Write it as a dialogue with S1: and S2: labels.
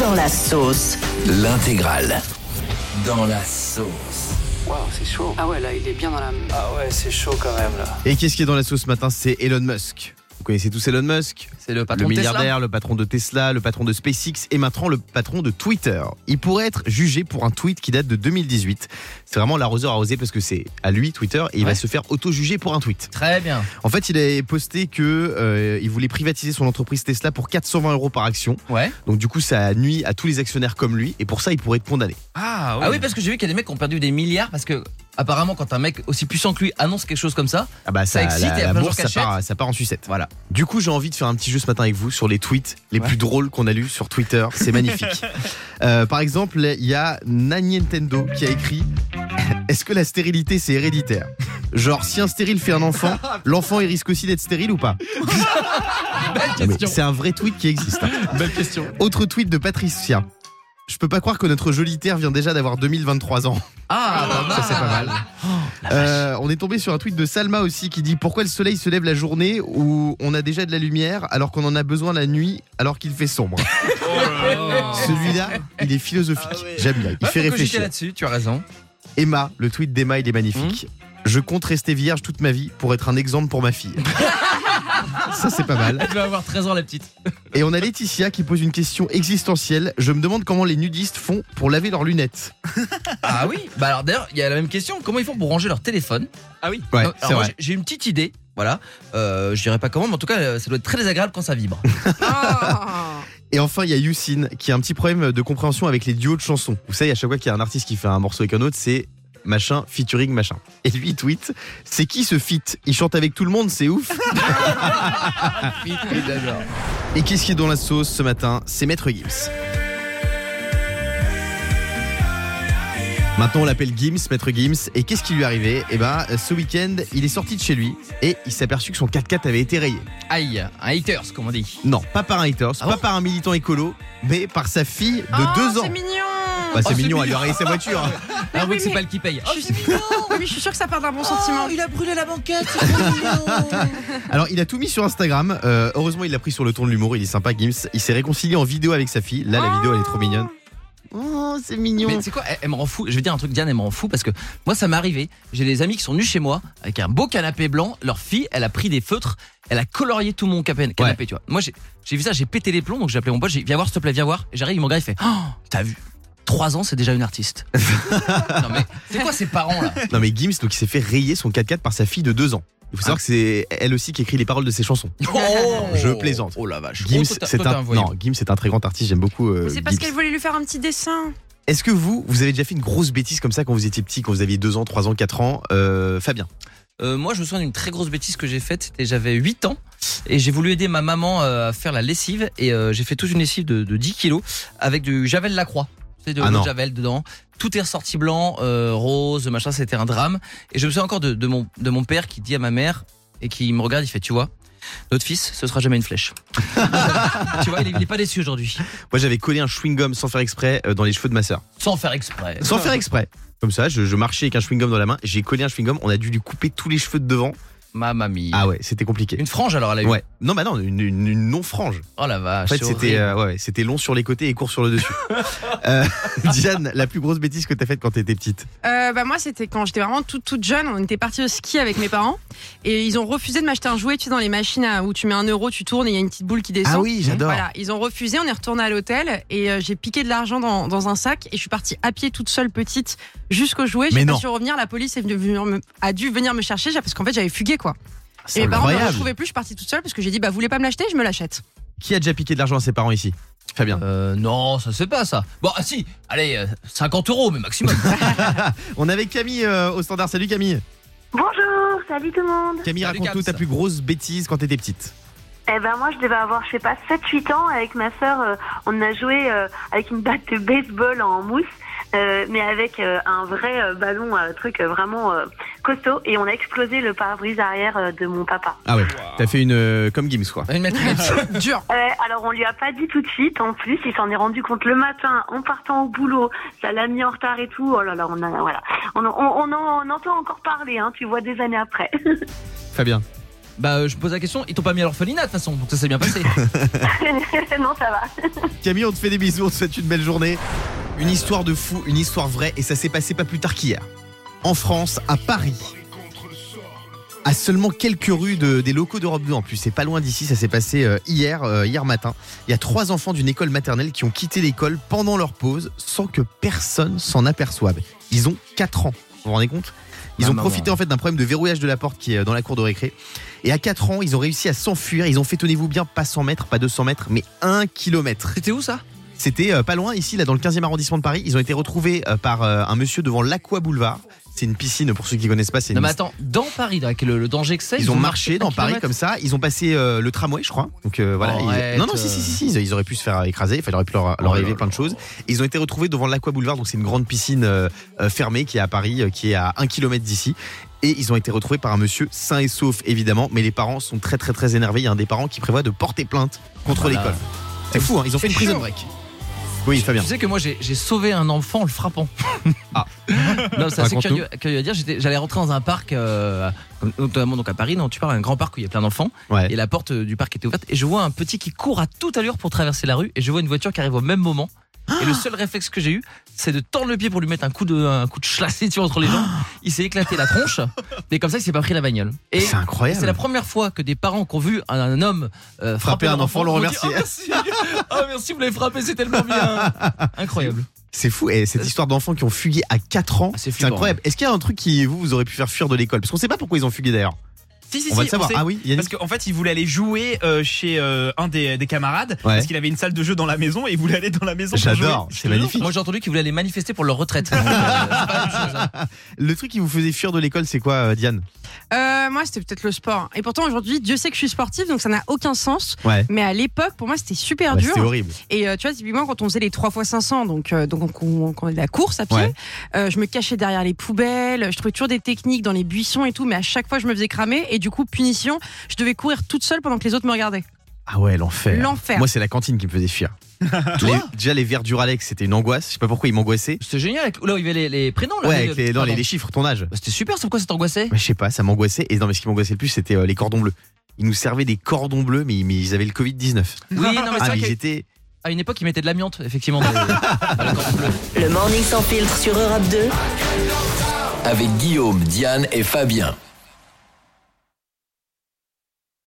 S1: Dans la sauce.
S2: L'intégrale. Dans la sauce.
S3: Waouh, c'est chaud.
S4: Ah ouais, là, il est bien dans la.
S3: Ah ouais, c'est chaud quand même là.
S5: Et qu'est-ce qui est dans la sauce ce matin C'est Elon Musk. Vous connaissez tous Elon Musk
S6: C'est le patron de
S5: Le
S6: Tesla.
S5: milliardaire, le patron de Tesla, le patron de SpaceX et maintenant le patron de Twitter. Il pourrait être jugé pour un tweet qui date de 2018. C'est vraiment l'arroseur arrosé parce que c'est à lui Twitter et il
S6: Ouais.
S5: va se faire auto-juger pour un tweet.
S6: Très bien.
S5: En fait, il a posté que euh, il voulait privatiser son entreprise Tesla pour 420 euros par action.
S6: Ouais.
S5: Donc du coup, ça nuit à tous les actionnaires comme lui et pour ça, il pourrait être condamné.
S6: Ah oui, parce que j'ai vu qu'il y a des mecs qui ont perdu des milliards parce que apparemment quand un mec aussi puissant que lui annonce quelque chose comme ça,
S5: Ah bah
S6: Ça
S5: ça,
S6: excite,
S5: la-
S6: et après,
S5: la,
S6: on
S5: bourse, ça
S6: cachette.
S5: part, ça part en sucette.
S6: Voilà.
S5: Du coup, j'ai envie de faire un petit jeu ce matin avec vous sur les tweets les
S6: Ouais.
S5: plus drôles qu'on a lus sur Twitter. C'est magnifique. Euh, par exemple, il y a Nani Nintendo qui a écrit Est-ce que la stérilité c'est héréditaire Genre, si un stérile fait un enfant, l'enfant il risque aussi d'être stérile ou pas Non, mais C'est un vrai tweet qui existe. hein.
S6: Belle question.
S5: Autre tweet de Patricia. Je peux pas croire que notre jolie Terre vient déjà d'avoir 2023 ans.
S6: Ah, pas mal.
S5: Ça, c'est pas mal. Euh, on est tombé sur un tweet de Salma aussi qui dit Pourquoi le soleil se lève la journée où on a déjà de la lumière alors qu'on en a besoin la nuit alors qu'il fait sombre
S6: Oh
S5: Celui-là, il est philosophique. J'aime bien. Il
S6: Ah Ouais, bah, faut
S5: fait
S6: cogiter
S5: réfléchir.
S6: là-dessus, tu as raison.
S5: Emma, le tweet d'Emma, il est magnifique. Je compte rester vierge toute ma vie pour être un exemple pour ma fille. Ça, c'est pas mal.
S6: Elle doit avoir 13 ans la petite.
S5: Et on a Laetitia qui pose une question existentielle. Je me demande comment les nudistes font pour laver leurs lunettes.
S6: Ah oui Bah alors d'ailleurs, il y a la même question. Comment ils font pour ranger leur téléphone Ah oui
S5: Ouais, c'est
S6: Alors moi,
S5: vrai.
S6: j'ai- j'ai une petite idée. Voilà. Euh, je dirais pas comment, mais en tout cas, euh, ça doit être très désagréable quand ça vibre.
S4: Ah.
S5: Et enfin, il y a Youssine qui a un petit problème de compréhension avec les duos de chansons. Vous savez, à chaque fois qu'il y a un artiste qui fait un morceau avec un autre, c'est machin, featuring, machin. Et lui, il tweet C'est qui ce fit Il chante avec tout le monde, c'est ouf Et qu'est-ce qui est dans la sauce ce matin C'est Maître Gims. Maintenant, on l'appelle Gims, Maître Gims. Et qu'est-ce qui lui est arrivé Eh ben, ce week-end, il est sorti de chez lui et il s'est aperçu que son 4x4 avait été rayé.
S6: Aïe, un haters, comme on dit.
S5: Non, pas par un hater,
S6: Ah
S5: pas
S6: bon Ah,
S5: par un militant écolo, mais par sa fille de
S4: Oh,
S5: 2 ans.
S4: C'est mignon.
S5: Bah,
S6: Oh,
S5: c'est
S6: c'est
S5: mignon,
S6: mignon.
S5: elle lui a rayé sa voiture.
S6: Ah
S4: oui,
S6: oui, c'est
S4: mais-
S6: pas le qui paye.
S4: Je suis- Oh, Oui, mais je suis sûre que ça part d'un
S5: Oh.
S4: bon sentiment.
S6: a brûlé la banquette.
S5: Alors, il a tout mis sur Instagram. Euh, heureusement, il l'a pris sur le ton de l'humour. Il est sympa, Gims. Il s'est réconcilié en vidéo avec sa fille. Là, la vidéo, elle est trop mignonne. Oh, c'est mignon.
S6: Mais c'est quoi elle, elle me rend fou. Je vais dire un truc, Diane, elle me rend fou parce que moi, ça m'est arrivé. J'ai des amis qui sont venus chez moi avec un beau canapé blanc. Leur fille, elle a pris des feutres, elle a colorié tout mon capa- canapé, tu vois. Moi, j'ai j'ai vu ça, j'ai pété les plombs, donc j'ai appelé mon pote, j'ai dit, viens voir, s'il te plaît, viens voir. Et j'arrive, mon gars, il fait, oh, t'as vu Trois ans, c'est déjà une artiste. non mais c'est quoi ces parents là
S5: Non, mais Gims, donc, il s'est fait rayer son 4x4 par sa fille de 2 ans. Il faut savoir que c'est elle aussi qui écrit les paroles de ses chansons. Oh, Je plaisante.
S6: Oh la vache.
S5: Gims,
S6: Oh, toi, t'as-
S5: c'est
S6: toi, t'es
S5: un,
S6: voyou.
S5: non, Gims, c'est un très grand artiste. J'aime beaucoup. euh,
S4: Mais C'est parce
S5: Gims.
S4: qu'elle voulait lui faire un petit dessin.
S5: Est-ce que vous, vous avez déjà fait une grosse bêtise comme ça quand vous étiez petit, quand vous aviez 2 ans, 3 ans, 4 ans Euh, Fabien.
S6: Euh, moi, je me souviens d'une très grosse bêtise que j'ai faite. C'était j'avais 8 ans et j'ai voulu aider ma maman euh, à faire la lessive et euh, j'ai fait toute une lessive de, de 10 kilos avec du Javel Lacroix. C'est de
S5: Ah
S6: l'eau de
S5: non.
S6: Javel dedans. Tout est ressorti blanc, euh, rose, machin. C'était un drame. Et je me souviens encore de, de mon, de mon père qui dit à ma mère et qui me regarde, il fait, tu vois. Notre fils, ce sera jamais une flèche. tu vois, il est, il est pas déçu aujourd'hui.
S5: Moi, j'avais collé un chewing-gum sans faire exprès euh, dans les cheveux de ma sœur.
S6: Sans faire exprès.
S5: Sans faire exprès. Comme ça, je, je marchais avec un chewing-gum dans la main, j'ai collé un chewing-gum, on a dû lui couper tous les cheveux de devant.
S6: Ma mamie.
S5: Ah ouais, c'était compliqué.
S6: Une frange alors, elle a eu.
S5: Ouais. Non, bah non, une, une- une non-frange.
S6: Oh la
S5: En
S6: vache.
S5: fait,
S6: c'est
S5: c'était
S6: horrible.
S5: euh, ouais, ouais, c'était long sur les côtés et court sur le dessus. Euh, Diane, la plus grosse bêtise que t'as faite quand t'étais petite
S4: Euh, bah moi c'était quand j'étais vraiment toute toute jeune, on était parti au ski avec mes parents et ils ont refusé de m'acheter un jouet, tu sais dans les machines à- où tu mets un euro, tu tournes et il y a une petite boule qui descend.
S5: Ah oui, j'adore.
S4: Voilà, ils ont refusé, on est retourné à l'hôtel et euh, j'ai piqué de l'argent dans, dans un sac et je suis partie à pied toute seule petite jusqu'au jouet.
S5: Mais
S4: J'ai pas
S5: non.
S4: su revenir, la police est venue- venue me- a dû venir me chercher parce qu'en fait j'avais fugué quoi.
S5: C'est
S4: Et mes parents ne me
S5: incroyable.
S4: retrouvaient plus, je suis partie toute seule parce que j'ai dit bah vous voulez pas me l'acheter, je me l'achète.
S5: Qui a déjà piqué de l'argent à ses parents ici Fabien.
S6: Euh, non, ça c'est pas ça. Bon, ah si, allez, euh, 50 euros, mais maximum.
S5: On avait Camille euh, au standard. Salut Camille.
S7: Bonjour, salut tout le monde.
S5: Camille,
S6: Salut,
S5: raconte-nous
S6: Cams.
S5: ta plus grosse bêtise quand t'étais petite.
S7: Eh ben moi je devais avoir je sais pas 7 8 ans avec ma sœur, euh, on a joué euh, avec une batte de baseball en mousse euh, mais avec euh, un vrai euh, ballon un truc euh, vraiment euh, costaud et on a explosé le pare-brise arrière euh, de mon papa.
S5: Ah ouais, t'as fait une euh, comme Gims quoi.
S6: Une mètre, une mètre.
S4: Dur.
S7: Euh, alors on lui a pas dit tout de suite en plus, il s'en est rendu compte le matin en partant au boulot, ça l'a mis en retard et tout. Oh là là, on a voilà. On en- on- on en on entend encore parler hein, tu vois des années après.
S5: Fabien.
S6: Bah, euh, je pose la question, ils t'ont pas mis à l'orphelinat de toute façon, donc ça s'est bien passé.
S7: non, ça va.
S5: Camille, on te fait des bisous, on te souhaite une belle journée. Une histoire de fou, une histoire vraie, et ça s'est passé pas plus tard qu'hier. En France, à Paris. À seulement quelques rues de- des locaux d'Europe 2, en plus, c'est pas loin d'ici, ça s'est passé euh, hier, euh, hier matin. Il y a trois enfants d'une école maternelle qui ont quitté l'école pendant leur pause sans que personne s'en aperçoive. Ils ont 4 ans, vous vous rendez compte Ils ont
S6: Maman.
S5: profité en fait d'un problème de verrouillage de la porte qui est euh, dans la cour de récré. Et à 4 ans, ils ont réussi à s'enfuir. Ils ont fait, tenez-vous bien, pas 100 mètres, pas 200 mètres, mais 1 kilomètre.
S6: C'était où ça
S5: C'était euh, pas loin, ici, là, dans le 15e arrondissement de Paris. Ils ont été retrouvés euh, par euh, un monsieur devant l'Aqua Boulevard. C'est une piscine, pour ceux qui connaissent pas. c'est
S6: Non,
S5: une-
S6: mais attends, dans Paris, avec le, le danger que c'est.
S5: Ils ont marché dans
S6: un
S5: Paris
S6: kilomètre.
S5: comme ça. Ils ont passé euh, le tramway, je crois. Donc euh, voilà. ils-
S6: Arrête,
S5: Non, non,
S6: euh.
S5: si, si, si, si, Ils auraient pu se faire écraser. Enfin, il aurait pu leur, leur
S6: Oh là
S5: arriver
S6: là
S5: plein de
S6: là.
S5: choses. Ils ont été retrouvés devant l'Aqua Boulevard. Donc c'est une grande piscine euh, euh, fermée qui est à Paris, euh, qui est à 1 km d'ici. Et ils ont été retrouvés par un monsieur sain et sauf, évidemment. Mais les parents sont très, très, très énervés. Il y a un des parents qui prévoit de porter plainte contre
S6: Voilà.
S5: l'école. C'est fou, hein. Ils ont fait une
S6: C'est
S5: prison
S6: chaud.
S5: break. Oui, Fabien.
S6: Tu sais que moi j'ai j'ai sauvé un enfant en le frappant.
S5: Ah.
S6: Non, c'est assez
S5: Raconte-nous.
S6: curieux, curieux à dire. J'étais- J'allais rentrer dans un parc, euh, comme- notamment donc à Paris, non, tu parles d'un grand parc où il y a plein d'enfants.
S5: Ouais.
S6: Et la porte euh, du parc était ouverte. Et je vois un petit qui court à toute allure pour traverser la rue. Et je vois une voiture qui arrive au même moment. Et le seul réflexe que j'ai eu, c'est de tendre le pied pour lui mettre un coup de, un coup de chlassé tu vois, entre les jambes. Il s'est éclaté la tronche. Mais comme ça, il s'est pas pris la bagnole. Et
S5: C'est
S6: et c'est la
S5: incroyable.
S6: première fois que des parents qui ont vu un, un homme euh, frapper
S5: Frapper un enfant, le
S6: ont dit,
S5: remercier.
S6: Ah, merci, Ah, merci, vous l'avez frappé, c'est tellement bien. Incroyable.
S5: C'est fou. Et cette histoire d'enfants qui ont fugué à 4 ans,
S6: Ah, c'est
S5: c'est
S6: flippant,
S5: incroyable. Est-ce qu'il y a un truc qui, vous, vous aurez pu faire fuir de l'école Parce qu'on sait pas pourquoi ils ont fugué d'ailleurs.
S8: Si, si,
S5: On
S8: si,
S5: va le savoir.
S8: sait.
S5: Ah oui, Yannick
S8: Parce qu'en fait, il voulait aller jouer euh, chez euh, un des, des camarades
S5: Ouais.
S8: parce qu'il avait une salle de jeu dans la maison et il voulait aller dans la maison. pour
S5: J'adore,
S8: jouer.
S5: c'est magnifique.
S6: Moi j'ai entendu qu'ils voulaient aller manifester pour leur retraite. Donc, euh, c'est pas la même chose, hein.
S5: Le truc qui vous faisait fuir de l'école, c'est quoi, euh, Diane
S4: Euh, moi, c'était peut-être le sport. Et pourtant, aujourd'hui, Dieu sait que je suis sportive, donc ça n'a aucun sens.
S5: Ouais.
S4: Mais à l'époque, pour moi, c'était super
S5: Ouais,
S4: dur.
S5: Bah, C'était horrible.
S4: Et euh, tu vois, typiquement, quand on faisait les 3 x 500, donc, euh, donc on, on- on- la course à pied,
S5: Ouais.
S4: euh, je me cachais derrière les poubelles, je trouvais toujours des techniques dans les buissons et tout, mais à chaque fois, je me faisais cramer. Et du coup, punition, je devais courir toute seule pendant que les autres me regardaient.
S5: Ah ouais, l'enfer.
S4: L'enfer.
S5: Moi, c'est la cantine qui me faisait fuir. Les- déjà, les verres Duralex, c'était une angoisse. Je sais pas pourquoi ils m'angoissaient.
S6: C'était génial. avec- Là où il y avait les, les prénoms. Là,
S5: Ouais,
S6: les-
S5: avec les, non, les,
S6: pardon.
S5: les chiffres, ton âge.
S6: Bah, C'était super, sauf quoi ça t'angoissait
S5: Mais je sais pas, ça m'angoissait. Et non, mais ce qui m'angoissait le plus, c'était euh, les cordons bleus. Ils nous servaient des cordons bleus, mais, mais ils avaient le Covid-19.
S6: Oui, non, mais c'est
S5: Ah,
S6: vrai
S5: mais
S6: qu'à-
S5: ils étaient.
S6: à une époque, ils mettaient de l'amiante, effectivement. dans les- dans les cordons bleus.
S1: Le morning sans filtre sur Europe 2.
S2: Avec Guillaume, Diane et Fabien.